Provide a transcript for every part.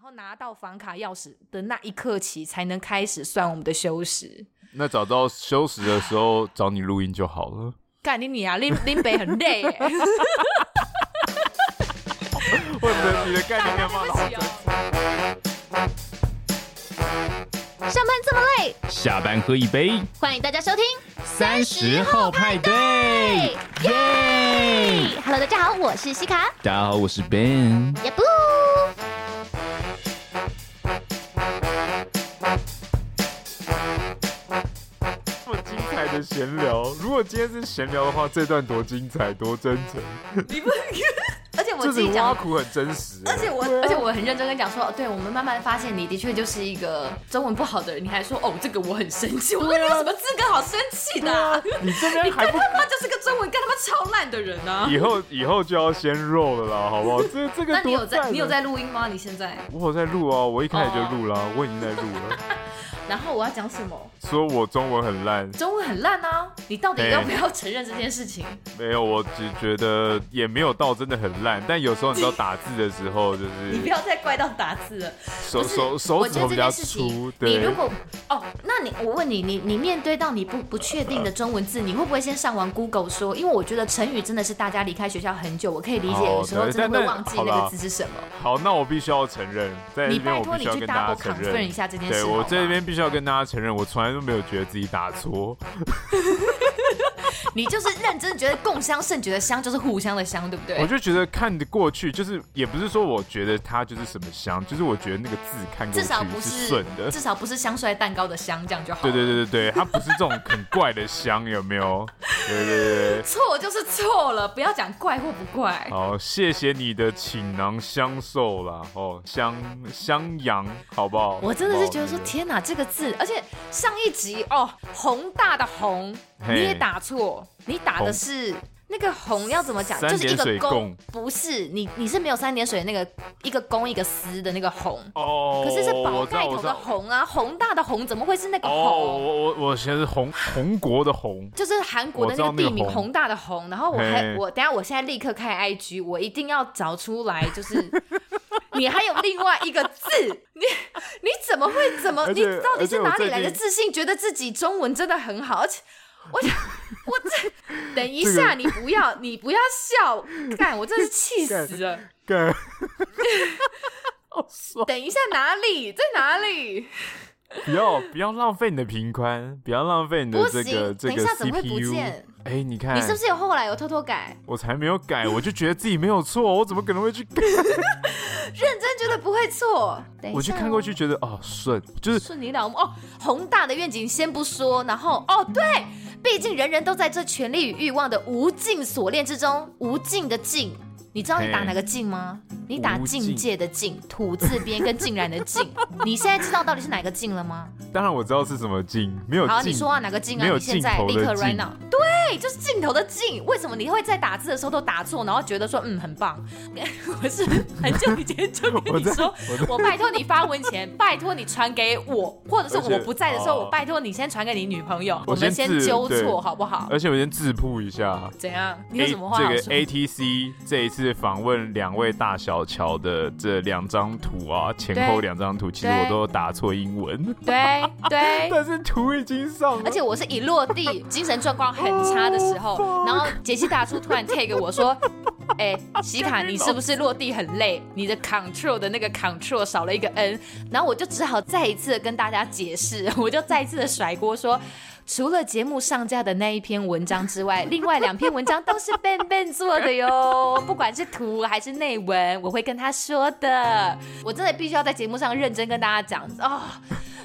后拿到房卡钥匙的那一刻起，才能开始算我们的休时。那找到休息的时候找你录音就好了。干你你啊，林林北很累耶，我的你的概 念对干嘛不 起哦。上班这么累，下班喝一杯，欢迎大家收听。三十后派对，耶！ Hello，大家好，我是西卡。大家好，我是 Ben。呀不，这么精彩的闲聊，如果今天是闲聊的话，这段多精彩，多真诚，你不，而且我就自己是挖讲。苦很真实。欸而且我，而且我很认真跟你讲说，哦，对我们慢慢发现你的确就是一个中文不好的人，你还说哦，这个我很生气，我说你有什么资格好生气的啊、啊你这边 还不他妈就是个中文干他妈超烂的人啊！以后以后就要先肉了啦，好 不好？这这个那你有多赞啊在你有在哦录音吗？你现在？我有在录啊，我一开始就录啦，我已经在录了，然后我要讲什么？说我中文很烂，中文很烂啊！你到底哎要不要承认这件事情？没有，我只觉得也没有到真的很烂，但有时候你知道打字的时候，就你不是要再怪到打字了。手不是手手我指觉得头这比较件事粗情，，你对如，果哦，那你我问你，你你面对到你不不确定的中文字，你会不会先上完 Google 说？因为我觉得成语真的是大家离开学校很久，我可以理解，哦有时候对真的但会那忘记那好个吧字是什么。好，那我必须要承认，在你这边拜我托必你须要去跟大 double 家承认 confirm 一。下这件事对好吗。我这边必须要跟大家承认，我从来都没有觉得自己打错。你就是认真觉得共襄盛举的襄就是互相的襄，对不对？我就觉得看得过去，就是也不是说我觉得它就是什么香，就是我觉得那个字看过至少不去是顺的。至少不是香帅蛋糕的香，这样就好。对对，对对对，它不是这种很怪的香，有没有？对对对对。错就是错了，不要讲怪或不怪。好，谢谢你的倾囊相授啦，哦，相相扬，好不好？我真的是觉得说，好不好，天哪，这个字，而且上一集哦，宏大的宏，嘿你也打错，你打的宏是那个宏要怎么讲？三就是一点水个共弓，不是你，你是没有三点水那个一个弓一个丝的那个宏，哦，可是是宝我知道盖头的。我知道宏啊，宏大的宏怎么会是那个哦，宏？我我我现在是红红国 的红，就是韩国的我知那道个地那名个宏宏大的宏，然后我还嘿我等一下我现在立刻开 IG，我一定要找出来，就是 你还有另外一个字， 你你怎么会怎么而你且到底是哪里来而且我的最近自信，觉得自己中文真的很好，而且。我 我这等一下，你不要你不要 笑，干我真是气死了！干，好爽！等一下哪里在哪里？不要不要浪费你的平宽，不要浪费你的不这个行这等一个下怎么会不 CPU 见。哎，你看，你是不是有后来有偷偷改？我才没有改，我就觉得自己没有错，我怎么可能会去改？认真觉得不会错。等一下我去看过去觉得哦顺，就是顺你老母哦，宏大的愿景先不说，然后哦对，毕竟人人都在这权力与欲望的无尽锁链之中，无尽的尽，你知道你打哪个尽吗？你打无尽境界的境，土字边跟竟然的 竟，你现在知道到底是哪个境了吗？当然我知道是什么劲，没有好，劲你说啊，哪个境啊？没有你现在尽头立的刻 right 尽 now，对，就是镜头的镜。为什么你会在打字的时候都打错，然后觉得说嗯很棒？ 我是很久以前就跟 我你在说，我拜托你发文前， 拜托你传给我，或者是而且我不在的时候，哦我拜托你先传给你女朋友，我我们先先自纠对错好不好？而且我先自曝一下，怎样？你有 A 什么话好这说？个 ATC 这一次访问两位大小乔的这两张图啊，前后两张图，其实对我都打错英文，对 对。但是图已经上了而。且我是一落地，精神状况很差的时候，然后杰西大叔突然 take 我说：“哎、西卡，你是不是落地很累？你的 control 的那个 control 少了一个 n。”然后我就只好再一次的跟大家解释， 我就再一次的甩锅说。除了节目上架的那一篇文章之外，另外两篇文章都是 Ben Ben 做的哟，不管是图还是内文，我会跟他说的。我真的必须要在节目上认真跟大家讲哦，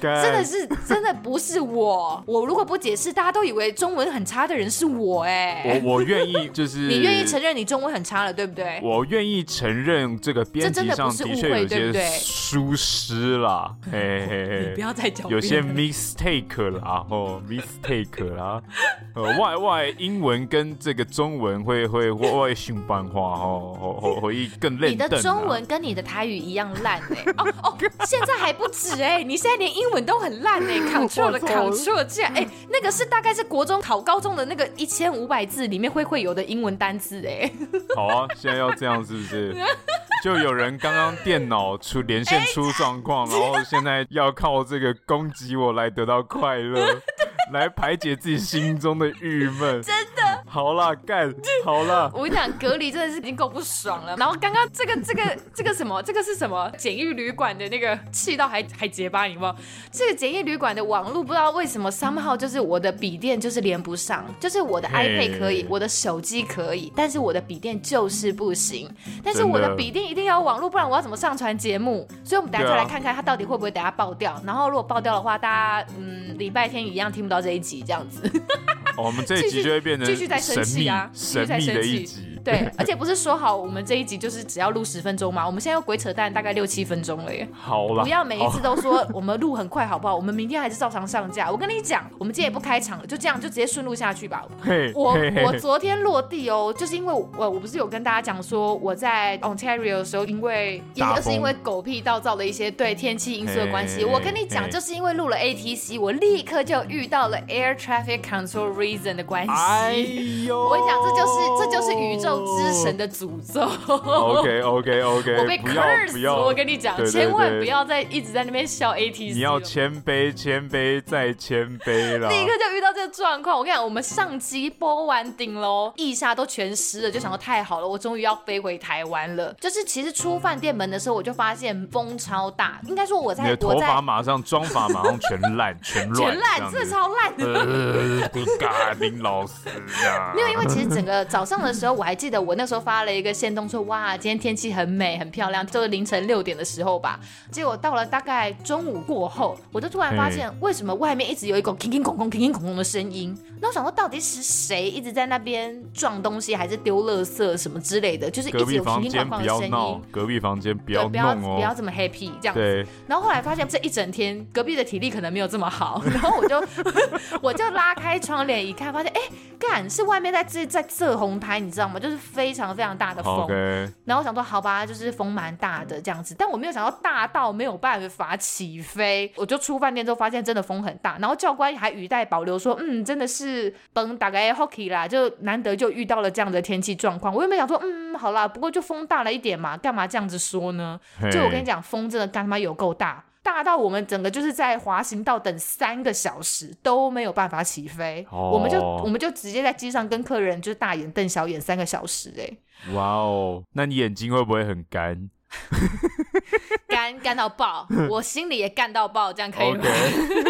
干真的是，真的不是我。我如果不解释，大家都以为中文很差的人是我哎、 我我愿意，就是你愿意承认你中文很差了，对不对？我愿意承认这个编辑上这真的不是误的会确对不有些对疏失 啦，嘿嘿不嘿。要再狡辩了。有些 mistake 啦，哦，mistake 啦， 呃，外外英文跟这个中文会会外外性半化哦，哦哦，会更认你的中文跟你的台语一样烂哎、哦哦，现在还不止哎、你现在连英文都很烂 哎、c t r l 了 Ctrl 这样哎、那个是大概是国中考高中的那个一千五百字里面会会有的英文单字哎、 好啊，现在要这样是不是？就有人刚刚电脑出连线出状况，哎然后现在要靠这个攻击我来得到快 乐，来排解自己心中的郁闷。真的，好啦，干，好 啦，我跟你讲，隔离真的是已经够不爽了。然后刚刚这个这个这个什么，这个是什么？简易旅馆的那个气到还还结巴，你有没有？这个简易旅馆的网络不知道为什么 somehow 就是我的笔电就是连不上，就是我的嘿 iPad 可以，我的手机可以，但是我的笔电就是不行。但是我的真的笔电一定要有网络，不然我要怎么上传节目？所以我们等一下对再啊来看看它到底会不会等一下爆掉。然后如果爆掉的话，大家嗯礼拜天一样听不到这一集这样子。哦我们这一继续集就会变成继续在神生气秘啊，继续神在秘生的一气集。。对，而且不是说好我们这一集就是只要录十分钟吗？我们现在又鬼扯淡，大概六七分钟了耶。好啦，不要每一次好都说我们录很快好不好？我们明天还是照常上架。我跟你讲，我们今天也不开场了，就这样就直接顺路下去吧。嘿，我嘿嘿我昨天落地哦，就是因为我我不是有跟大家讲说我在 Ontario 的时候，因为也大就风是因为狗屁道造的一些对天气因素的关系，嘿我跟你讲，嘿就是因为录了 ATC，我立刻就遇到了 Air Traffic Control Reason 的关系。哎呦，我跟你讲，这就是这就是宇宙之神的诅咒。 OK OK OK， 我被不要 curse，不了要，我跟你讲，对对千万对不要再一直在那边笑 ATC 了。你要谦卑，谦卑再谦卑啦。立刻就遇到这个状况。我跟你讲，我们上集播完顶楼，腋下都全湿了，就想说太好了，我终于要飞回台湾了。就是其实出饭店门的时候，我就发现风超大，应该说我你在的我头在发马上 妆发马上全烂，全乱，全烂，真这样的子超烂的。呃，不敢，林老师啊， 没有，因为其实整个早上的时候，我还记得我那时候发了一个线动说，哇，今天天气很美，很漂亮，就是凌晨六点的时候吧。结果到了大概中午过后，我就突然发现，为什么外面一直有一种叮叮孔孔、叮叮孔孔的声音？那我想说，到底是谁一直在那边撞东西，还是丢垃圾什么之类的？就是一隔直壁有叮房叮哐间哐不的要声闹音。，隔壁房间不对，要不要弄不要哦，这么 happy 这样子。对，然后后来发现这一整天隔壁的体力可能没有这么好，然后我就 我就拉开窗帘一看，发现哎，干是外面在这在射红拍，你知道吗？就是非常非常大的风。好 OK，然后我想说，好吧，就是风蛮大的这样子，但我没有想到大到没有办法起飞，我就出饭店之后发现真的风很大，然后教官还语带保留说，嗯，真的是崩大概 hockey 啦，就难得就遇到了这样的天气状况，我原本想说，嗯，好啦，不过就风大了一点嘛，干嘛这样子说呢？就我跟你讲，讲，风真的干他妈有够大，大到我们整个就是在滑行道等三个小时都没有办法起飞，哦我们就我们就直接在机上跟客人就是大眼瞪小眼三个小时、哇哦，那你眼睛会不会很干哎，干干到 爆，我心里也干到爆，这样可以吗？OK，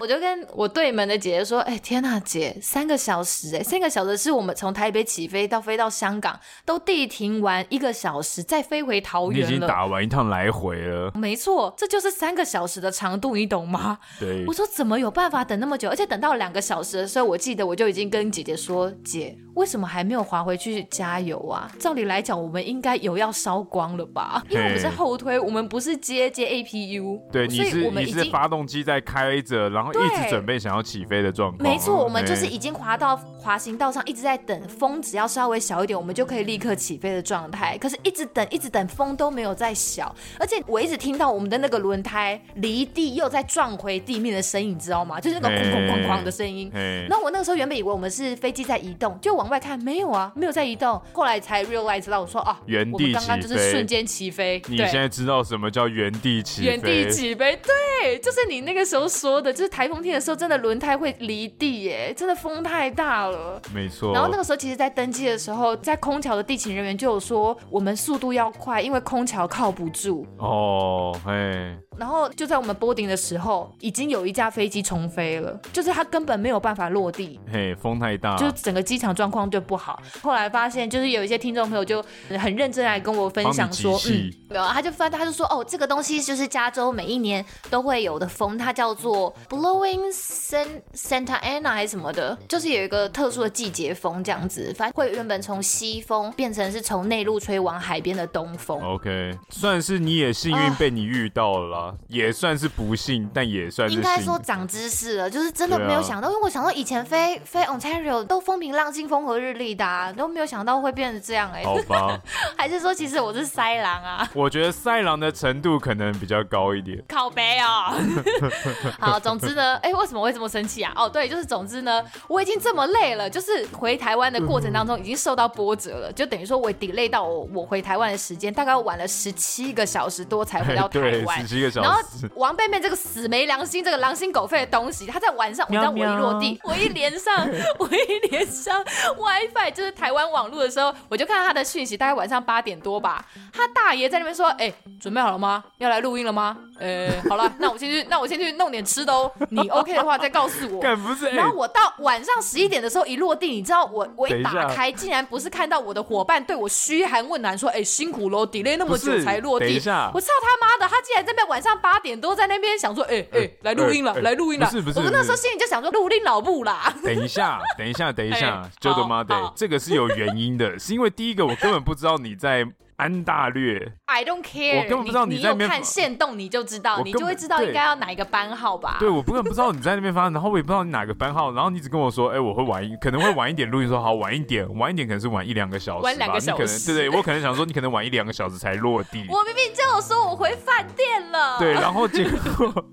我就跟我对门的姐姐说：“哎、天呐，姐，三个小时、哎，三个小时是我们从台北起飞到飞到香港，都地停完一个小时，再飞回桃你已园经了。”打完一趟来回了，没错，这就是三个小时的长度，你懂吗？对我，说怎么有办法等那么久？而且等到两个小时的时候，我记得我就已经跟姐姐说：“姐，为什么还没有滑回去加油啊？照理来讲，我们应该油要烧光了吧？因为我们是后推，我们不是接接 APU，对，你所以是我们你已是经。”发动机在开着，然后一对直准备想要起飞的状况。没错，我们就是哎已经滑到滑行道上，一直在等风，只要稍微小一点，我们就可以立刻起飞的状态。可是，一直等，一直等，风都没有在小，而且我一直听到我们的那个轮胎离地又在撞回地面的声音，你知道吗？就是那个哐哐哐哐的声音。嘿然后我那个时候原本以为我们是飞机在移动，就往外看没有啊，没有在移动。后来才 realize 到，我说啊，原地我们刚刚就起是飞瞬间起飞，你对现在知道什么叫原地起飞？原地起飞，对，就是你那个时候说的，就是台风天的时候，真的轮胎会离地耶，真的风太大了。没错。然后那个时候，其实，在登机的时候，在空桥的地勤人员就有说，我们速度要快，因为空桥靠不住。哦，嘿，然后就在我们 boarding 的时候，已经有一架飞机重飞了，就是它根本没有办法落地。嘿，风太大，就是整个机场状况就不好。后来发现，就是有一些听众朋友就很认真来跟我分享说帮，你嗯解析，没有，他就翻，他就说哦，这个东西就是加州每一年都会有的风，它叫做 blowing San- Santa Ana 还是什么的，就是有一个特殊的季节风这样子，反正会原本从西风变成嗯哦是从内陆吹往海边的东风。 OK，算是你也幸运被你遇到了啦，啦，也算是不幸，但也算是应幸该说长知识了，就是真的对啊没有想到，因为我想到以前飞飞 Ontario 都风平浪静、风和日丽的、啊，都没有想到会变成这样哎、好吧，还是说其实我是塞狼啊？ 我觉得赛狼的程度可能比较高一点。靠背哦， 好，总之呢，哎、为什么会这么生气啊？哦，对，就是总之呢，我已经这么累了，就是回台湾的过程当中已经受到波折了，就等于说我 delay 到我我回台湾的时间，大概晚了十七个小时多才回到台 哎对，湾十。七个小然后时。王贝贝这个死没良心、这个狼心狗肺的东西，他在晚上，我知道我一落地，我一连上，我一连上 WiFi，就是台湾网络的时候，我就看到他的讯息，大概晚上八点多吧，他大爷在那边说：“哎、准备好了吗？要来录音了吗？呃、 好了，那我先去，那我先去弄点吃的哦。你 OK 的话再告诉 我。” 干不是，哎然后我到晚上十一点的时候一落地，你知道我我等一一下打开，竟然不是看到我的伙伴对我嘘寒问暖说：“哎、辛苦喽，delay 那么久不是才落等地 一。下”我操他妈的，他竟然在那边晚上八点多在那边想说：“哎、哎、来录音了，哎哎来录音了。不是不是我们那不是时候心里就想说：“录音老布啦。等一下，等一下，等一下哎，Joe 好 m a d 好 e 这个是有原因的，是因为第一个我根本不知道你在安大略， ”I don't care，我根本不知道你你在那有边看线动你就知道，我你根就会本知道对应该要哪一个班号吧。对我根本不知道你在那边发，然后我也不知道你哪个班号，然后你只跟我说，哎、我会晚一，可能会晚一点录音，说好晚一点，晚一点可能是晚一两个小时吧，晚两个小时你可能对对，我可能想说你可能晚一两个小时才落地，我明明就有说我回饭店了，对，然后结果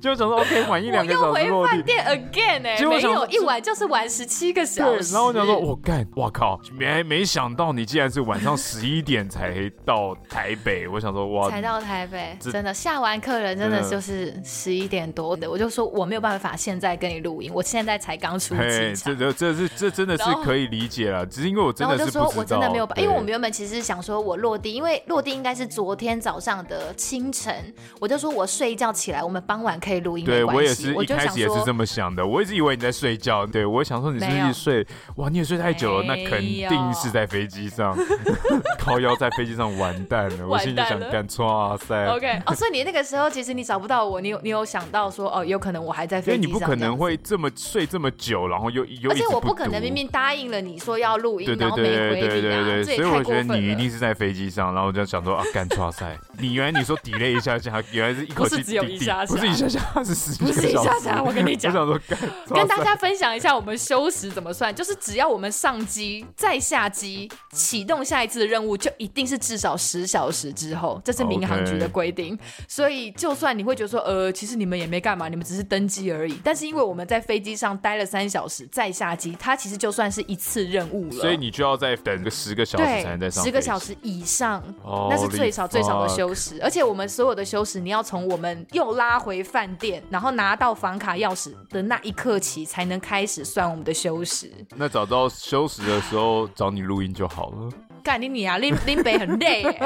就想说 OK 晚一我两个又小时回落饭地。店 again 哎、结果没想有说一晚就是玩十七个小对，时。然后我想说，我干，我靠，没没想到你竟然是晚上十一点才到台北，我想说，哇，才到台北，这真的下完客人真的真的就是十一点多的，我就说我没有办法现在跟你录音，我现在才刚出嘿，机这场。这这是这真的是然后可以理解了，只是因为我真然后的我是就不知道，，说我真的没有办，对因为我们原本其实想说我落地，因为落地应该是昨天早上的清晨，我就说我睡一觉起来，我们傍晚可以录音，对没我也关系。是我一就开想始也是说这么想的，我一直以为你在睡觉，对我想说你是不没是有一睡，哇，你也睡太久了，那肯没有定是在飞机上， 靠腰在飞机上完蛋了，我心里就想完蛋了干，哇塞。 OK 哦，所以你那个时候其实你找不到我，你有你有想到说哦，有可能我还在因飞为机你上，不可能，会这么睡这么久，然后又又而一直且我不不可能读明明答应了你说要录音，对对然后对没对对回你啊，对这对，也所以太我过觉得分了。你一定是在飞机上，然后我就想说啊，干哇塞，你原来你说 delay 一下下，原来是一口不气是只有 delay- 一下下不是一下下，是十几不个是一小下时下，我跟你我讲。想说干， 跟大家分享一下我们休时怎么算，就是只要我们上机再下机，启动下一次的任务就一定是至少十小时之后，这是民航局的规定。所以就算你会觉得说，呃，其实你们也没干嘛，你们只是登机而已，但是因为我们在飞机上待了三小时再下机，它其实就算是一次任务了。所以你就要再等个十个小时才能再对，上十个飞机小时以上，哦那是最少 holy 最少的 fuck 休时。而且我们所有的休时，你要从我们又拉回饭店，然后拿到房卡钥匙的那一刻起，才能开始算我们的休时。那找到休息的时候找你录音就好了。干你你啊，林 林北很累欸、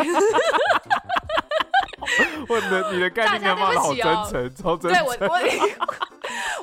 我的你的概大家念骂的好对真不起诚，超真对我诚。我。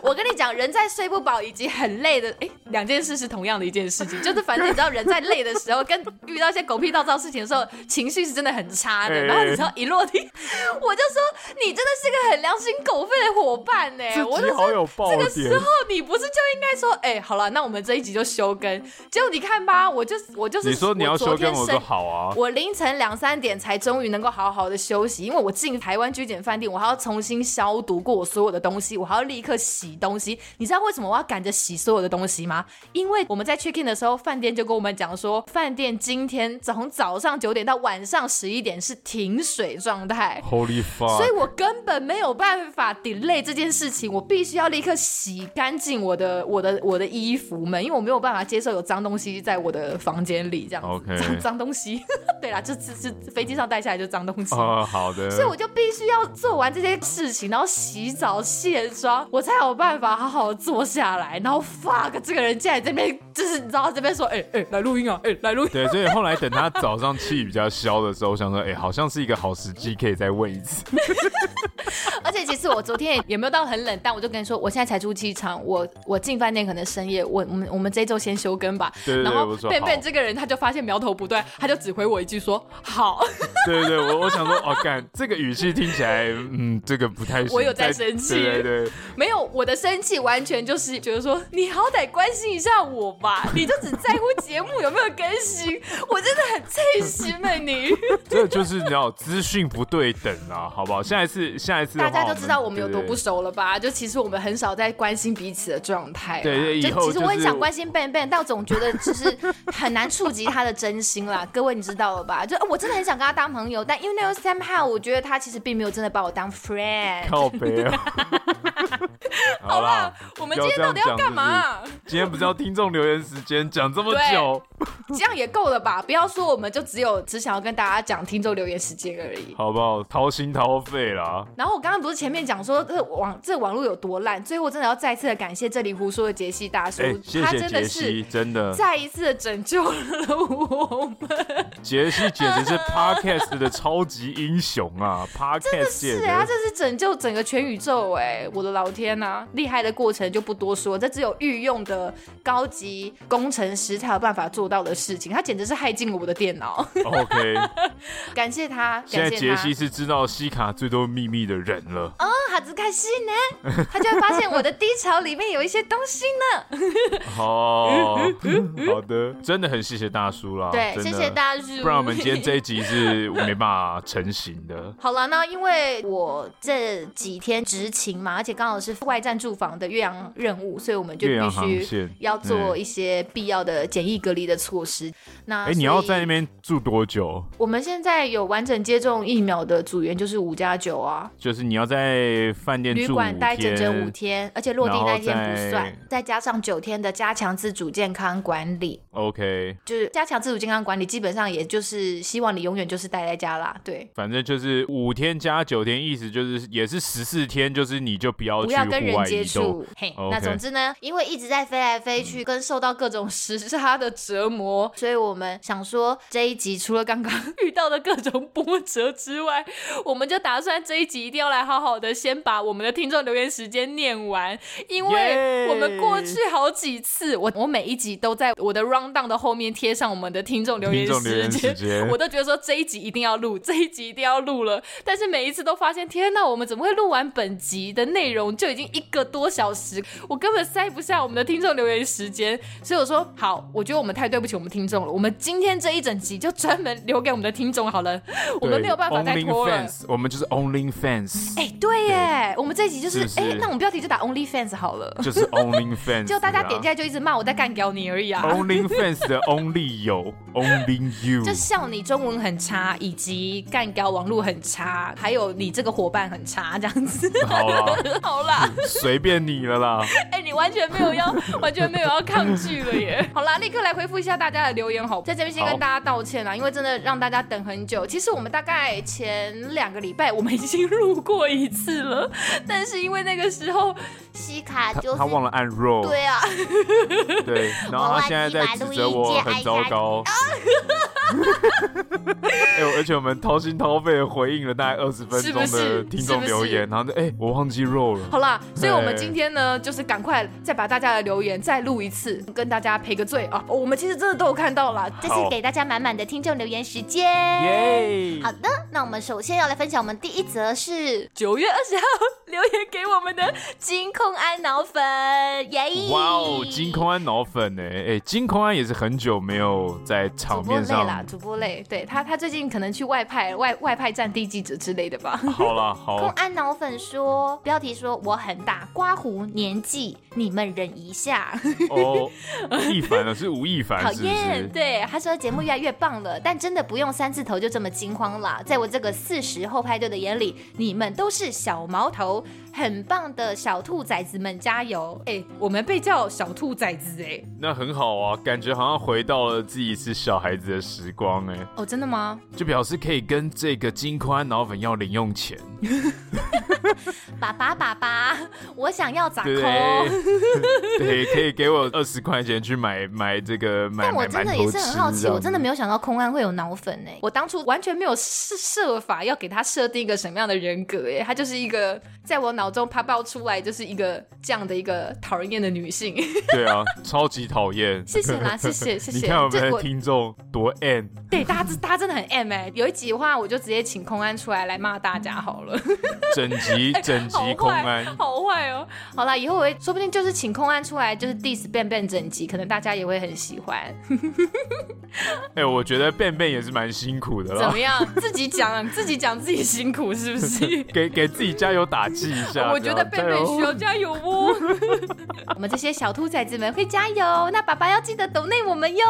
我 跟你讲，人在睡不饱以及很累的，哎，两件事是同样的一件事 情，就是反正你知道人在累的时候，跟遇到一些狗屁倒灶事情的时候，情绪是真的很差的。哎然后你知道一落地，我就说你真的是个很良心狗肺的伙伴呢、这我集就好说有爆这个时点候，你不是就应该说，哎，好了，那我们这一集就休更。结果你看吧，我就我就是你说你要休昨跟天我生说好啊，我凌晨两三点才终于能够好好的休息，因为我进台湾居检饭店，我还要重新消毒过我所有的东西，我还要立刻洗东西。你知道为什么我要赶着洗所有的东西吗？因为我们在 check in 的时候，饭店就跟我们讲说，饭店今天从早上九点到晚上十一点是停水状态。 Holy fuck！所以我根本没有办法 delay 这件事情，我必须要立刻洗干净我的我的我的衣服们，因为我没有办法接受有脏东西在我的房间里这样子 OK 脏脏东西。 对啦，就是是飞机上带下来就脏东西。哦，好的。所以我就必须要做完这些事情，然后洗澡、卸妆，我才有办法好好坐下来。然后 fuck，这个人竟然这边就是你知道这边说，哎、哎、来录音啊，哎、来录音。对，所以后来等他早上气比较消的时候，我想说，哎、好像是一个好时机，可以再问一 次。而且其实我昨天也没有到很冷淡，我就跟你说，我现在才出机场，我我进饭店可能深夜，我我们我们这一周先休更吧。对对对然后我说便便好这个人他就发现苗头不对，他就只回我一句说 好，对对对，我我想说，哦，干，这个语气听起来，嗯，这个不太行。我有在太生气对对对，没有我的生气完全就是觉得说你好歹关心一下我吧，你就只在乎节目有没有更新，我真的很 脆心了你。这就是你知道资讯不对等啊，好不好？下一次，下一次的大话家就知道我们有多对不熟了吧？就其实我们很少在关心彼此的状态啊啦。对对，以就后其实我很是想关心 Ben Ben，但我总觉得只是很难触及他的真心 啦。各位你知道了吧？哦就、呃我真的很想跟他当朋友，但因为那个 Sam h o w 我觉得他其实并没有真的把我当 friend。靠背 哦。好啦，我们要今天这样到底要讲干嘛啊？今天不是要听众留言时间，讲这么对久，这样也够了吧？不要说我们就只有只想要跟大家讲听众留言时间而已。好不好？掏心掏肺啦。然后我刚刚不是前面讲说这网这网络有多烂，最后真的要再次的感谢这里胡说的杰西大叔，哎，谢他谢真的杰是西，真的，再一次的拯救了我们。杰西简 直是 podcast 的超级英雄啊！podcast 界是啊，这是拯救整个全宇宙哎、我的老天呐、厉害的过程就不多说，这只有御用的高级工程师才有办法做到的事情，他简直是害进了我的电脑。 OK，感谢他，哦现感在谢杰他。西是知道西卡最多秘密的人了。哦，好子开心呢，他就会发现我的低潮里面有一些东西 呢。哦，好的，真的很谢谢大叔啦，哦对，真谢的谢大叔。不然我们今天这一集是没办法成型的。好了，那因为我这几天执勤嘛，而且刚好是外站驻防的岳阳任务，所以我们就岳阳航必须线要做嗯一些必要的简易隔离的措施。那哎，你要在那边住多久？我们现在有完整接种疫苗的组员就是五加九啊，就是你要在饭店旅住馆五待整整五天。天，而且落地然后那一天不再算，再加上九天的加强自主健康管理， OK，就是加强自主健康管理，基本上也就是希望你永远就是待在家啦，对，反正就是五天加九天，意思就是也是十四天，就是你就不要不去要跟户人外接移动。触。嘿 OK 嗯那总之呢，因为一直在飞来飞去，跟受到各种时差的折磨，所以我们想说这一集除了刚 刚遇到的各种波折之外，我们就打算这一集一定要来好好的先把我们的听众留言时间念完，因为 Yay！我们过去好几次，我我每一集都在我的 round down 的后面贴上我们的听众留言听众留时言时间，间 我都觉得说这一集一定要录，这一集一定要录了，但是每一次都发现，天呐，我们怎么会录完本集的内容就已经一个多小时，我根本塞不下我们的听众留言时间，所以我说好，我觉得我们太对不起我们听众了，我们今天这一整集就专门留给我们的听众好了，我们没有办法再 Only 拖了。 fans，我们就是 Only fans，、哎、对耶，我们这一集就是是不是哎、那我们标题就打 Only Fans 好了，就是 Only fans， 啊就大家点进来就一直骂我在干掉你而已啊。 Only fans 的 Only 有 Only you， 就笑你中文很差，以及干掉网络很差，还有你这个伙伴很差，这样 子。好啦，好啦，随便你了啦。哎、你完全没有 要，完全没有要抗拒了耶。 好啦，立刻来回复一下大家的留言好不好，在这边先跟好大家道歉啦，因为真的让大家等很久。其实我们大概前两个礼拜我们已经录过一次了，但是因为那个时候西卡就是他忘了按 roll，对啊。 对，然后他现在在指责我很糟糕。 哎、而且我们掏心掏肺的回应了大概二十分钟是不是的听众留是不是言，然后呢，哎、我忘记 roll 了。好啦，所以我们对今天呢，就是赶快再把大家的留言再录一次，跟大家赔个罪啊、哦我们其实真的都有看到啦。 这好是给大家满满的听众留言时间。耶、好的，那我们首先要来分享我们第一则是九月二十号 留言给我们的，金控安脑粉，耶！哇哦，金空安脑粉呢、哎、金空安也是很久没有在主场播面类上。啦，主播类，对他他最近可能去外派外外派战地记者之类的吧。 好啦，控好，安脑粉说，标题说我很大，刮胡年纪，你们忍一下。哦，吴亦凡了，是吴亦凡，讨是不厌，是？对，他说节目越来越棒了，但真的不用三字头就这么惊慌啦。在我这个四十后派对的眼里，你们都是小毛头，很棒的小兔崽子们，加油！ 哎、我们被叫小兔崽子哎、那很好啊，感觉好像回到了自己是小孩子的时光、哎，哦，真的吗？就表示可以跟这个金空安脑粉要零用钱。爸爸爸爸， 我想要咋抠？对， 对，可以给我二十块钱去买买这个买但我买真馒的头也吃是很好奇，这样我真的没有想到空安会有脑粉呢、欸我当初完全没有设设法要给他设定一个什么样的人格，哎，他就是一个在我脑中啪爆出来就是一个这样的一个讨人厌的女 性。对啊，超级讨厌。谢谢啦，谢谢谢谢。你看我们这的我听众多 N，欸对大家真大家真的很 M 哎、有一集的话我就直接请空安出来来骂大家好了。了，整集整集好空哎 坏安，好坏哦。好啦，以后我会说不定就是请空安出来，就是 diss 变变整集，可能大家也会很喜 欢。哎、我觉得便便也是蛮辛苦的怎啦么，样？自己讲啊，你自己讲自己辛苦是不 是？给给自己加油打气一下。 我觉得贝这样哎贝加油需要加油 哦。我们这些小兔崽子们会加油，那爸爸要记得抖内我们哟。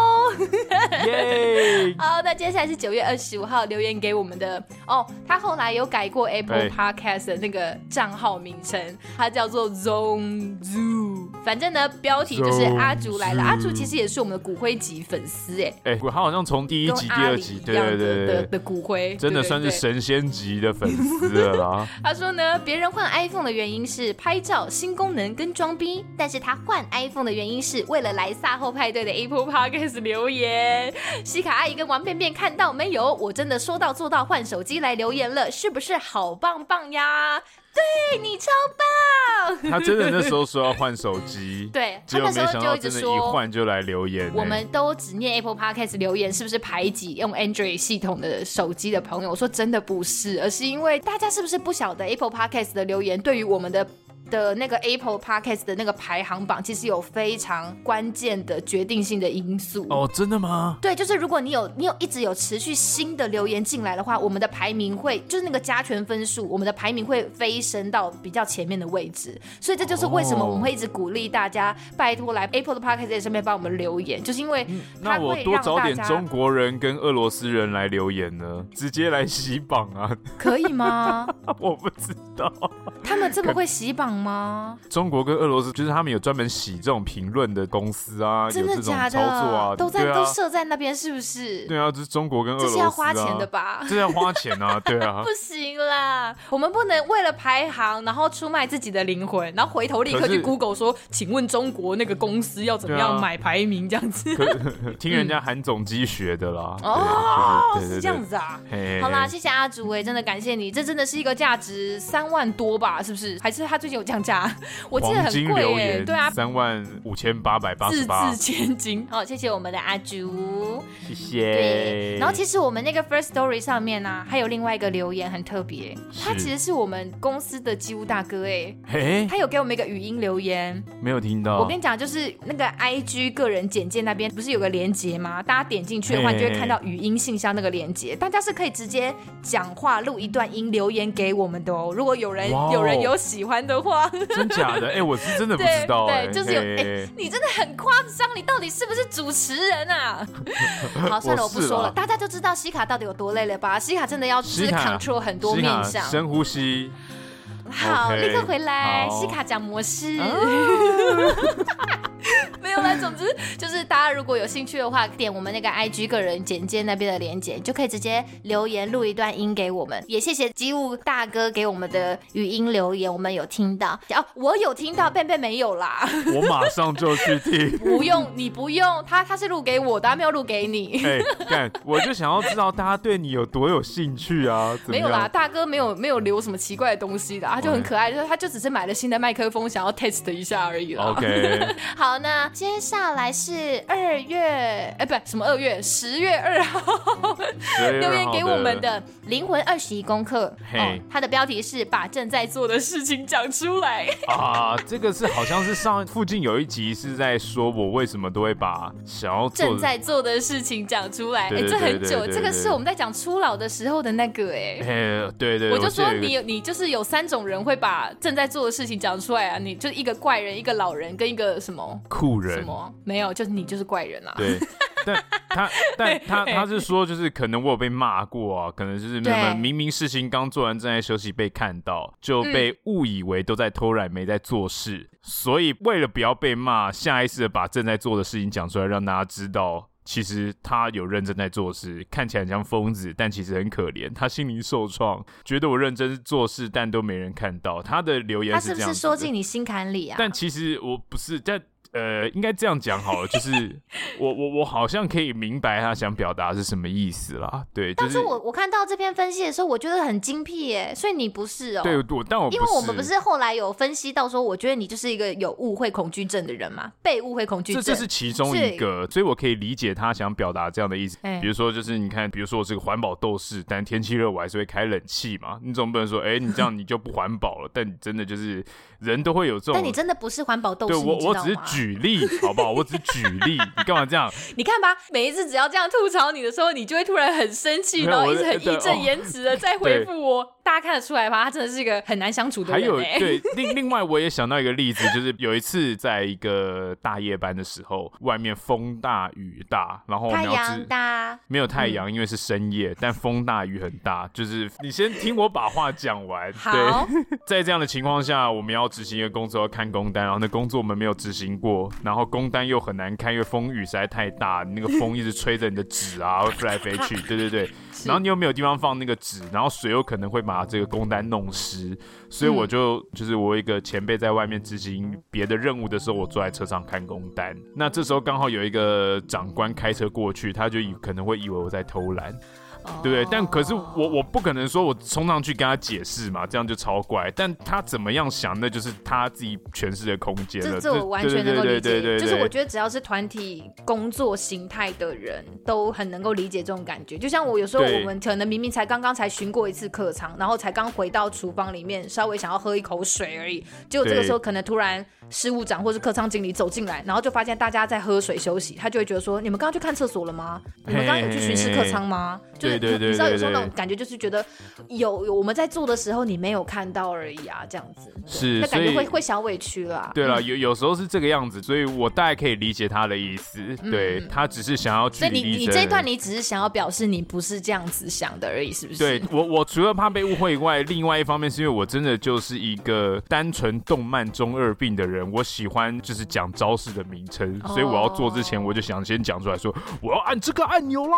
耶，好，那接下来是九月二十五号留言给我们的哦，他后来有改过 Apple 哎 Podcast 的那个账号名称，它叫做 Zone Zoo。反正呢，标题就是 Zone 阿竹来了。 Zoo 阿竹其实也是我们的骨灰级粉丝哎，哎、我好像从第一跟集、第阿二里集，一对样的对对的对的骨灰，真的对对算是对神仙级的粉丝了啦。他说呢，别人换 iPhone 的原因是拍照新功能跟装逼，但是他换 iPhone 的原因是为了来赛后派对的 Apple Podcast 留言。西卡阿姨跟王便便看到没有？我真的说到做到，换手机来留言了，是不是好棒棒呀？对你超棒！他真的那时候说要换手机， 对结他果那没时候想就到一直真的，说一换就来留言、欸。我们都只念 Apple Podcast 留言，是不是排挤用 Android 系统的手机的朋友？我说真的不是，而是因为大家是不是不晓得 Apple Podcast 的留言对于我们的。的那个 Apple Podcast 的那个排行榜，其实有非常关键的决定性的因素。哦，真的吗？对，就是如果你有你有一直有持续新的留言进来的话，我们的排名会就是那个加权分数，我们的排名会飞升到比较前面的位置。所以这就是为什么我们会一直鼓励大家，拜托来 Apple 的 Podcast 上面帮我们留言，就是因为它那我嗯会多让找大点家中国人跟俄罗斯人来留言呢，直接来洗榜啊！ 可以 吗？我不知道，他们这么会洗榜吗？中国跟俄罗斯就是他们有专门洗这种评论的公司啊，有真的这种假操的？作啊，都在、对都啊，设在那边是不是？对啊，这是中国跟俄这罗斯、啊，是要花钱的？吧？这要花钱啊，对啊不。行啦，我们不能为了排行，然后出卖自己的灵魂，然后回头立刻可去是去。 Google 说，请问中国那个公司要怎么对样啊买排名这样子？ 可 听人家嗯韩总机学的啦，哦，对对对对是这样子啊。嘿好啦，嘿谢谢阿竹哎、真的感谢你，这真的是一个价值三万多吧？是不是？还是他最近有降价？我记得黄很金贵留哎、言对啊，三万五千八百八字十八字，千金，好，哦谢谢我们的阿竹。谢对，谢。然后其实我们那个 First Story 上面呢、啊还有另外一个留言很特别，他是其实是我们公司的机务大哥哎、嘿，他有给我们一个语音留言，没有听到，我跟你讲，就是那个 I G 个人简介那边不是有个连接吗？大家点进去的话，嘿你就会看到语音信箱那个连接。大家是可以直接讲话录一段音留言给我们的哦。如果有人哇哦有人有喜欢的话，真假 的？哎、我是真的不对知道、哎对，就是有嘿哎，你真的很夸张，你到底是不是主持人 啊？好，算了，我我是不说了，啦大家就知道西卡到底有多累了吧？西卡真的要就是西卡 control 很多面西向卡。深呼吸。好， OK，立刻回来。好西卡讲模式。没有啦，总之就是大家如果有兴趣的话，点我们那个 IG 个人简介那边的链接，就可以直接留言录一段音给我们。也谢谢机务大哥给我们的语音留言，我们有听到。哦，我有听到，贝贝没有啦，。我马上就去听 不用，你不用，他他是录给我的，他没有录给 你。哎、干，我就想要知道大家对你有多有兴趣啊？怎么没有样？啦，大哥没有没有留什么奇怪的东西的，他就很可爱，就是他就只是买了新的麦克风，想要 test 一下而已啦。 OK，好，那接下来是 二月，哎，不，什么二月，十月二 号12留言给号我们的《呃灵魂二十一功课》，哦嘿，它的标题是“把正在做的事情讲出来啊，这个是好像是上附近有一集是在说我为什么都会把想要”，做正的。在做的事情讲出来，哎，对对这很对久，对对这个对是我们在讲初老的时候的那个，哎。哎，对对，我就记得说有一个你有你就是有三种人会把正在做的事情讲出来啊，你就是一个怪人，一个老人跟一个什么酷什人，么没有，就是你就是怪人啊。对， 但他但他他是说，就是可能我有被骂过啊，可能就是对那么明明事情刚做完，正在休息被看到，就被嗯误以为都在偷懒没在做事，所以为了不要被骂，下意识的把正在做的事情讲出来，让大家知道。其实他有认真在做事，看起来很像疯子，但其实很可怜。他心灵受创，觉得我认真做事，但都没人看到。他的留言他是是这不样是子的，说进你心坎里啊？但其实我不是，但呃，应该这样讲好了，就是 我我我好像可以明白他想表达是什么意思啦。对，就当是初我我看到这篇分析的时候，我觉得很精辟耶，所以你不是哦、对我，哦但我因为我们不是后来有分析到说，我觉得你就是一个有误会恐惧症的人嘛，被误会恐惧这症。这是其中一个，所以我可以理解他想表达这样的意思。哎比如说，就是你看，比如说我是个环保斗士，但天气热我还是会开冷气嘛。你总不能说，哎、你这样你就不环保了。但你真的就是人都会有这种但你。真的不是环保斗士，对我，你知我道只是吗举例，好不好？我只是举例，你干嘛这样？你看吧，每一次只要这样吐槽你的时候，你就会突然很生气， 没有然后我一直很对哦义正言辞的在回复 我。大家看得出来吧？他真的是一个很难相处的还人、欸。有对，另另外我也想到一个例子，就是有一次在一个大夜班的时候，外面风大雨大，然后太苗阳子大，没有太阳，因为是深夜，但风大雨很大。就是你先听我把话讲完。好对，在这样的情况下，我们要执行一个工作，要看工单，然后那工作我们没有执行过，然后工单又很难看，因为风雨实在太大，那个风一直吹着你的纸啊，会飞来飞去。对对对，然后你又没有地方放那个纸，然后水有可能会把这个工单弄湿，所嗯以我就、就是我有一个前辈在外面执行别的任务的时候，我坐在车上看工单。那这时候刚好有一个长官开车过去，他就以可能会以为我在偷懒，对不哦对？但可是我我不可能说我冲上去跟他解释嘛，这样就超怪。但他怎么样想，那就是他自己诠释的空间了。这这我完对全能够理对对对解。对就是我对觉得只要是团体工作形态的人，都很能够理解这种感觉。就像我有时候对我们可能明明才刚刚才巡过一次客场，然后才刚回到厨房里面，稍微想要喝一口水而已，结果这个对时候可能突然事务长或是客舱经理走进来，然后就发现大家在喝水休息，他就会觉得说：你们刚刚去看厕所了吗？你们刚刚有去巡视客舱吗？就是嘿嘿嘿对对对你知道有时候对对那种感觉，就是觉得有有我们在做的时候你没有看到而已啊，这样子。是那所感觉以会会小委屈了啊、对了，有有时候是这个样子，所以我大概可以理解他的意思。对他只是想要据嗯所以理你力你争这一段你只是想要表示你不是这样子想的而已，是不 是？对我，我除了怕被误会以外，另外一方面是因为我真的就是一个单纯动漫中二病的人，我喜欢就是讲招式的名称，所以我要做之前我就想先讲出来说，我要按这个按钮啦，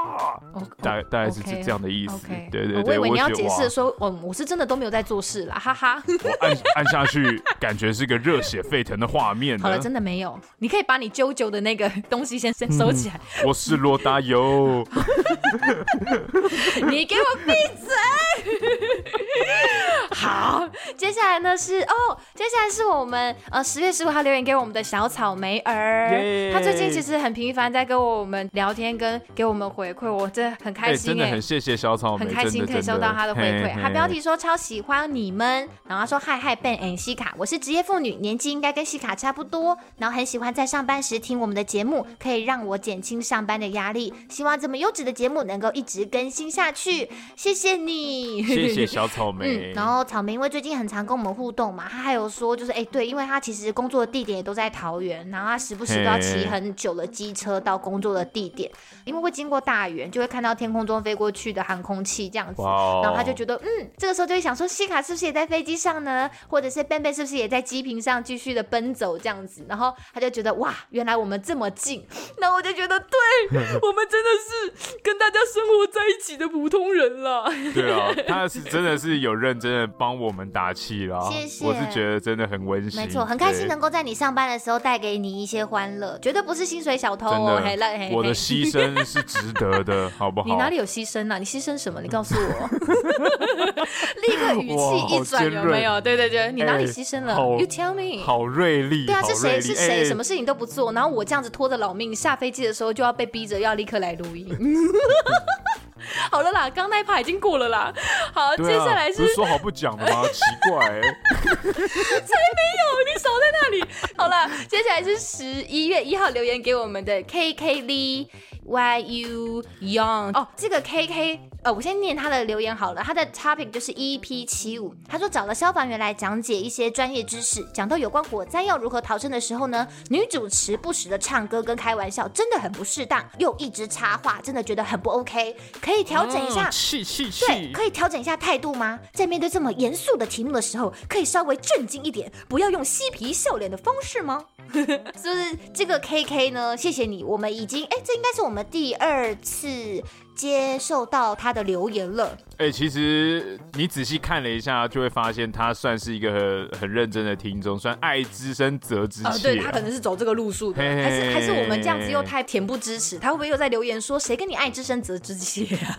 哦，大概大概是这 OK 这样的意思 OK，。对对哦我以对，为你要觉得解哇嗯释说，嗯，我是真的都没有在做事啦，哈哈。我按按下去，感觉是个热血沸腾的画面呢。好了，真的没有。你可以把你啾啾的那个 东西先先收起来。我是罗大佑。 你给我闭嘴！ 好，接下来呢是哦，接下来是我们呃十月十五号留言给我们的小草莓儿，耶他最近其实很频繁在跟我们聊天，跟给我们回馈，我真的很开哎，心真的哎、很谢谢小草莓，很开心真的可以收到他的回馈。他真标。嘿嘿题说超喜欢你们，然后他说嗨嗨 Ben and 西卡，我是职业妇女，年纪应该跟西卡差不多，然后很喜欢在上班时听我们的节目，可以让我减轻上班的压力。希望这么优质的节目能够一直更新下去，谢谢你，谢谢。小草莓。 嗯，然后草莓因为最近很常跟我们互动嘛，他还有说就是哎、对，因为他其实工作的地点也都在桃园，然后他时不时都要骑嘿很久的机车到工作的地点，因为会经过大园，就会看到天空中飞过去的航空器这样子，哇哦然后他就觉得嗯，这个时候就会想说西卡是不是也在飞机上呢？或者是贝贝是不是也在机坪上继续的奔走这样子？然后他就觉得哇，原来我们这么近，然后我就觉 得对我们真的是跟大家生活在一起的普通人了。对啊，他是真的是有认真的帮我们打气啦，谢谢我是觉得真的很温馨，没错，很开心对能够在你上班的时候带给你一些欢乐， 绝对不是薪水小偷真哦，嘿的啦，嘿我的嘿牺牲是值得 的，好不好？你哪里有牺牲啊？你牺牲什么？你告 诉我，立刻语哇气一转，好尖锐有没有？对对对，你哪里牺牲了、哎好 y o u tell me。好锐利？对啊，好是锐谁利是哎谁？什么事情都不做，然后我这样子拖着老命，下飞机的时候就要被逼着要立刻来 录音。好了啦，刚那一趴已经过了啦。好，对接啊下来不是说好不讲的 吗？奇怪、哎有，你手在那里。好了，接下来是十一月一号留言给我们的 K K L Y U Young 哦，这个 K K 呃，我先念他的留言好了，他的 topic 就是 EP 七五，他说找了消防员来讲解一些专业知识，讲到有关火灾要如何逃生的时候呢，女主持不时的唱歌跟开玩笑，真的很不适当，又一直插话，真的觉得很不 OK，可以调整一下。嗯气气对，气可！以调整一下态度吗？在面对这么严肃的题目的时候，可以稍微正经一点，不要用嬉皮笑脸的方式 吗？是不是这个 K K 呢？谢谢你，我们已经哎，这应该是我们第二次接受到他的留言了。哎、其实你仔细看了一下，就会发现他算是一个很很认真的听众，算爱之深责哦之切、啊呃，对他可能是走这个路数的，嘿还是还是我们这样子又太恬不知耻，他会不会又在留言说谁跟你爱之深责之切 啊？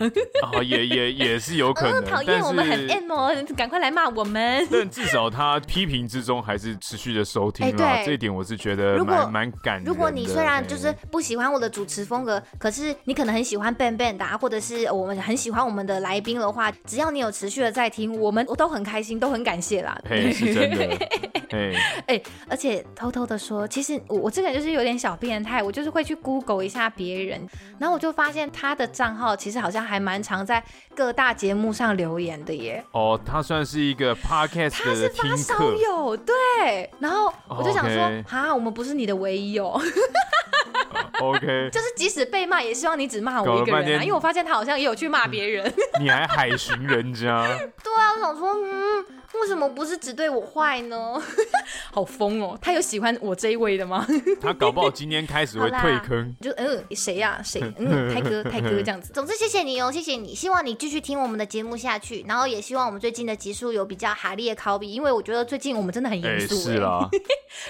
哦，也也也是有可呃能，嗯讨厌但是我们哎很 M 哦，赶快来骂我们。但至少他批评之中还是持续的收听啦，哎对这一点我是觉得如果蛮蛮感人的。如果你虽然就是哎不喜欢我的主持风格，可是你可能很喜欢 Ben Ben 的、啊，或者是我们很喜欢我们的来宾的话，只要你有持续的在听，我们都很开心，都很感谢啦。哎嘿 是真的，嘿而且偷偷的说，其实我我这个人就是有点小变态，我就是会去 Google 一下别人，然后我就发现他的账号其实好像还蛮常在各大节目上留言的耶。哦，他算是一个 podcast 他的是发听烧课哦友，对，然后我就想说，哈 OK 我们不是你的唯一哦， ，OK， 就是即使被骂，也希望你只骂搞我了一个半人啊，天因为我发现他好像也有去骂别人。你还海巡人 家，对啊，我想说，嗯，为什么不是只对我坏呢？ 好疯哦！他有喜欢我这一位的 吗？他搞不好今天开始会退 坑。就呃嗯，谁呀、谁？嗯，泰 哥，泰哥这样子。总之，谢谢你哦，谢谢你，希望你继续听我们的节目下去，然后也希望我们最近的集数有比较哈利的考比，因为我觉得最近我们真的很哎、严肃、是哎欸啦，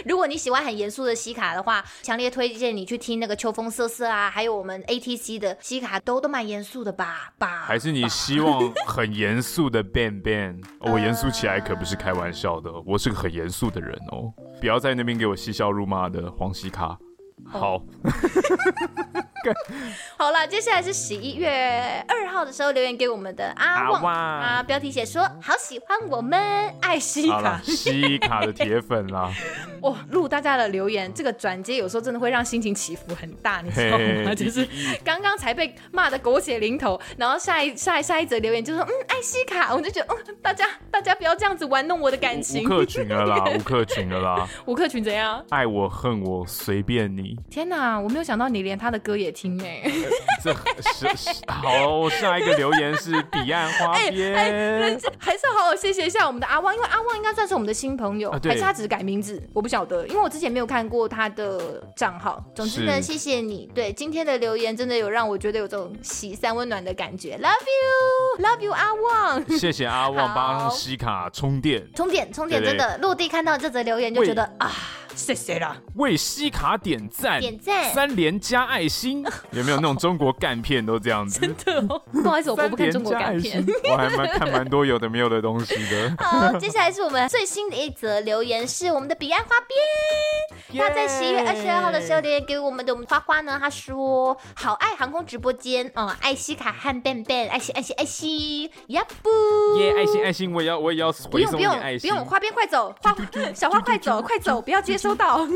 如果你喜欢很严肃的西卡的话，强烈推荐你去听那个秋风瑟瑟啊，还有我们 ATC 的西卡都都蛮严肃的吧吧。还是你希望很严肃的 Ben Ben？、哦 我严肃起来可不是开玩笑的，呃我是个很严肃的人哦，不要在那边给我嬉笑怒骂的黄西卡。哦好，好啦，接下来是十一月二号的时候留言给我们的阿旺旺啊，标题写说好喜欢我们，爱西好了卡，，西卡的铁粉啦， 哇，录大家的留言，这个转接有时候真的会让心情起伏很大，你知道吗？嘿就是刚刚才被骂的狗血淋头，然后下一下一下一则留言就说，嗯，艾希卡，我就觉得，嗯，大家大家不要这样子玩弄我的感吴情。克群 了啦，吴克群了啦，吴克群怎样？爱我恨我随便你，天哪，我没有想到你连他的歌也听哎、这 是是好。我下一个留言是彼岸花 哎边，但是还是好好谢谢一下我们的阿旺，因为阿旺应该算是我们的新朋友，啊对还是他只是改名字，我不晓得，因为我之前没有看过他的账号。总之呢，是谢谢你。对今天的留言，真的有让我觉得有这种喜散温暖的感觉。Love you，Love you，阿旺。谢谢阿旺帮西卡充电，充电，充电，对真对的，落地看到这则留言就喂觉得啊，谢谢啦，为西卡点赞，点赞三连加爱 心，有没有那种中国干片都这样子？对哦，不好意思， 我嗯三不看连中国加港爱片心。， 我还蛮看蛮多有的没有的东西的。好，接下来是我们最新的一则留言，是我们的彼岸花边。他在十一月二十二号的时候留言给我们的我们花花呢，他说好爱航空直播间，嗯，爱西卡和笨笨，爱西爱西爱西，呀不，耶，爱心爱心，我也要我也要不回用送不一点用爱不心。用，花边快走，花小花快 走快走，不要接收到。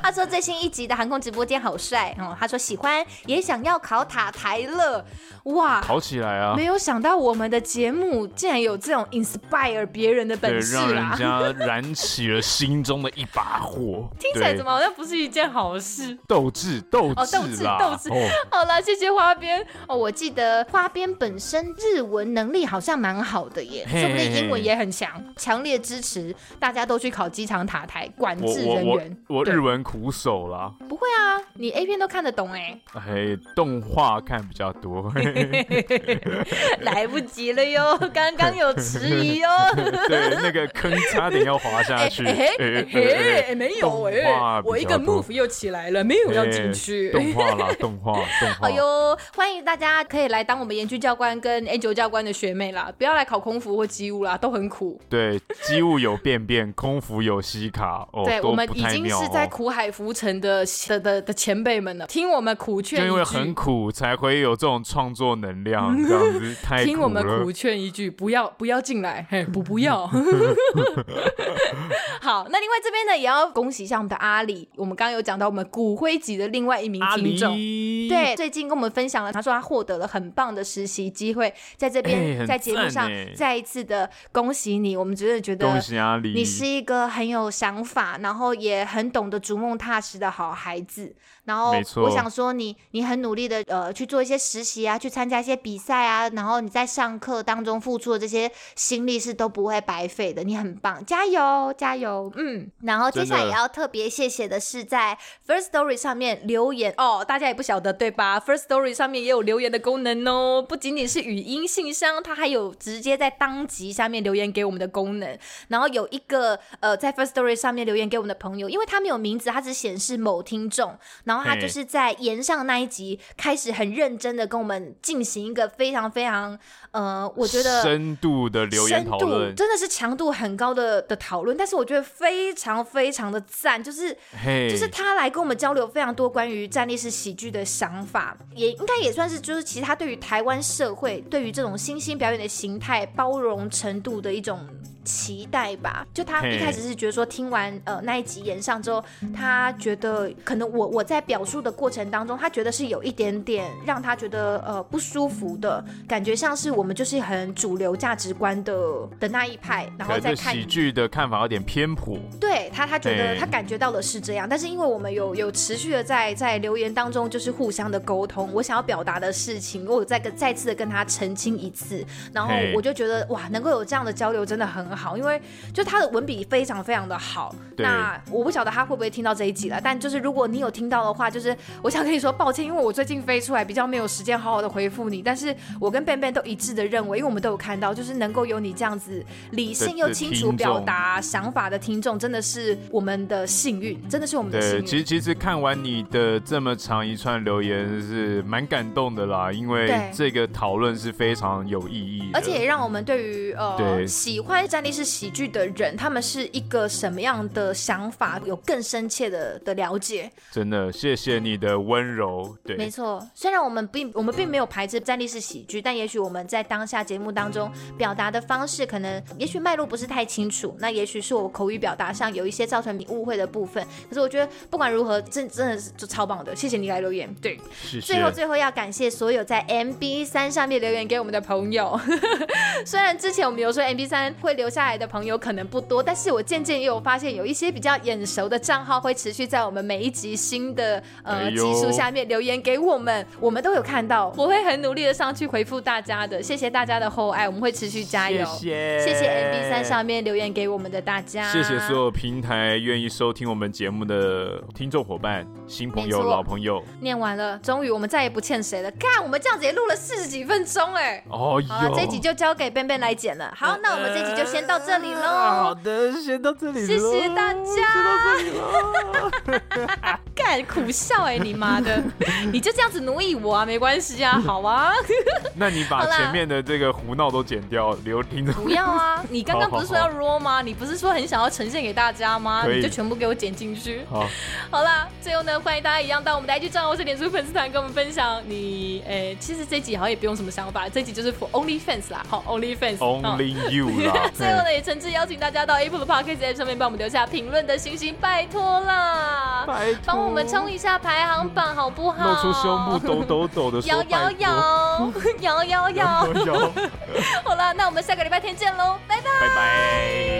他说最新一集的航空直播间好帅哦，他说喜欢，也想要考塔台 了，哇，考起来啊没！有想到我们的节目竟然有这种 inspire 别人的对本，事啊让人啦，家燃起了心中的一把火。 听起来对怎么好像不是一件好事？斗志，斗哦斗志志啦，斗志哦好啦，谢谢花边，哦，我记得花边本身日文能力好像蛮好的耶，嘿说不定英文也很强，强烈支持，大家都去考机场塔台管我制我人我员。我对日文苦手啦，不会啊，你 A 片都看得懂 哎、哎，动画看比较多， 来不及了哟，刚刚有迟疑 哦。对，那个坑差点要滑下去，哎 哎哎哎哎没有哎动画比较多我一个 move 又起来了，没有动画啦，动画，动 画哎，呦，欢迎大家可以来当我们研究教官跟 A 九教官的学妹啦，不要来考空服或机务啦，都很苦。对，机务有便便，空服有西卡，哦，对，都我们不已太经妙是哦在苦海浮沉的的的的前辈们了，听我们苦劝就因为一很句，苦才会有这种创作能量，这 样子太听我们了苦劝一句，不要不要进来，嘿，不不 要。好，那另外这边呢，也要恭喜一下我们的阿里，我们刚刚有讲到我们骨灰级的另外一名阿听众。狸，对，最近跟我们分享了，他说他获得了很棒的实习机会，在这哎边、很在节目赞上哎再一次的恭喜你，我们真的觉恭得喜阿狸，你是一个很有想法，然后也很懂得逐梦踏实的好孩子。然后没错我想说你你很努力的呃去做一些实习啊，去参加一些比赛啊，然后你在上课当中付出的这些心力是都不会白费的，你很棒，加油加油，嗯，然后接下来真也的要特别谢谢的是，在 First Story 上面留言哦，大家也不晓得对吧？First Story 上面也有留言的功能哦，不仅仅是语音信箱，它还有直接在当集下面留言给我们的功能。然后有一个呃，在 First Story 上面留言给我们的朋友，因为他没有名字，他只显示某听众，然后他嘿就是在延上那一集开始很认真的跟我们进行一个非常非常呃，我觉得深度的留言深讨度论，真的是强度很高的的讨论，但是我觉得非常非常的赞，就是嘿，就是他来跟我们交流非常多关于站立式喜剧的想法，也应该也算是就是其实他对于台湾社会对于这种新兴表演的形态包容程度的一种。期待吧，就他嘿一开始是觉得说听完呃那一集演上之后，他觉得可能我我在表述的过程当中，他觉得是有一点点让他觉得呃不舒服的感觉，像是我们就是很主流价值观的的那一派，然可后能再对看喜剧的看法有点偏颇，对他，他觉得对他感觉到的是这样，但是因为我们有有持续的在在留言当中就是互相的沟通，我想要表达的事情，我有再跟再次的跟他澄清一次，然后嘿我就觉得哇，能够有这样的交流真的很好，因为就他的文笔非常非常的好。对那我不晓得他会不会听到这一集了，但就是如果你有听到的话，就是我想跟你说抱歉，因为我最近飞出来比较没有时间好好的回复你，但是我跟贝贝都一致的认为，因为我们都有看到，就是能够有你这样子理性又的清听楚表众达。啊想法的听众，真的是我们的幸运，真的是我们的幸对，运。其实其实看完你的这么长一串留言是蛮感动的啦，因为对这个讨论是非常有意义的，而且也让我们对于呃对喜欢站立式喜剧的人，他们是一个什么样的想法，有更深切的的了解。真的谢谢你的温柔，没对，错，虽然我们并我们并没有排斥站立式喜剧，但也许我们在当下节目当中表达的方式，可能也许脉络不是太清楚，那也许是我口语表达上有一些造成你误会的部分。可是我觉得不管如何，真真的是就超棒的，谢谢你来留言。对，谢谢最后，最后要感谢所有在 MB 三上面留言给我们的朋友。 虽然之前我们有说 MB 三会留下来的朋友可能不多，但是我渐渐也有发现，有一些比较眼熟的账号会持续在我们每一集新的呃哎集呦数下面留言给我们，我们都有看到，我会很努力的上去回复大家的。谢谢大家的厚爱，我们会持续加油。谢谢谢 MB 三上面留啊言给我们的大家，谢谢所有平台愿意收听我们节目的听众伙伴、新朋没友、错老朋友。念完了，终于我们再也不欠谁了。看，我们这样子也录了四十几分钟哎、哦好了，哟，这一集就交给便便来剪了。好，哦那我们这一集就先到这里喽。呃啊的，先到这里谢喽谢大家。干苦笑哎、你 妈的！你就这样子奴役我啊，没关系啊，好啊，那你把好啦前面的这个胡闹都剪掉，留听 众。不要啊！你刚刚不是说要好 raw 吗？你不是说很想要呈现给大家吗？可以你就全部给我剪 进去。好，好啦，最后呢，欢迎大家一样到我们的 IG 账号或是脸书粉丝团跟我们分享你，诶、其实这集好像也不用什么想法，这集就是 for only fans 啦，好 only fans 嗯。Only you 啦 最后呢，也诚挚邀请大家到 Apple 的 Podcast App 上面帮我们留下评论的星星，拜托啦！拜托帮我们冲一下排行榜好不好？露出胸部，抖抖抖的说摇摇摇， 摇摇 摇。摇摇摇，好了，那我们下个礼拜天见喽，拜拜。拜拜。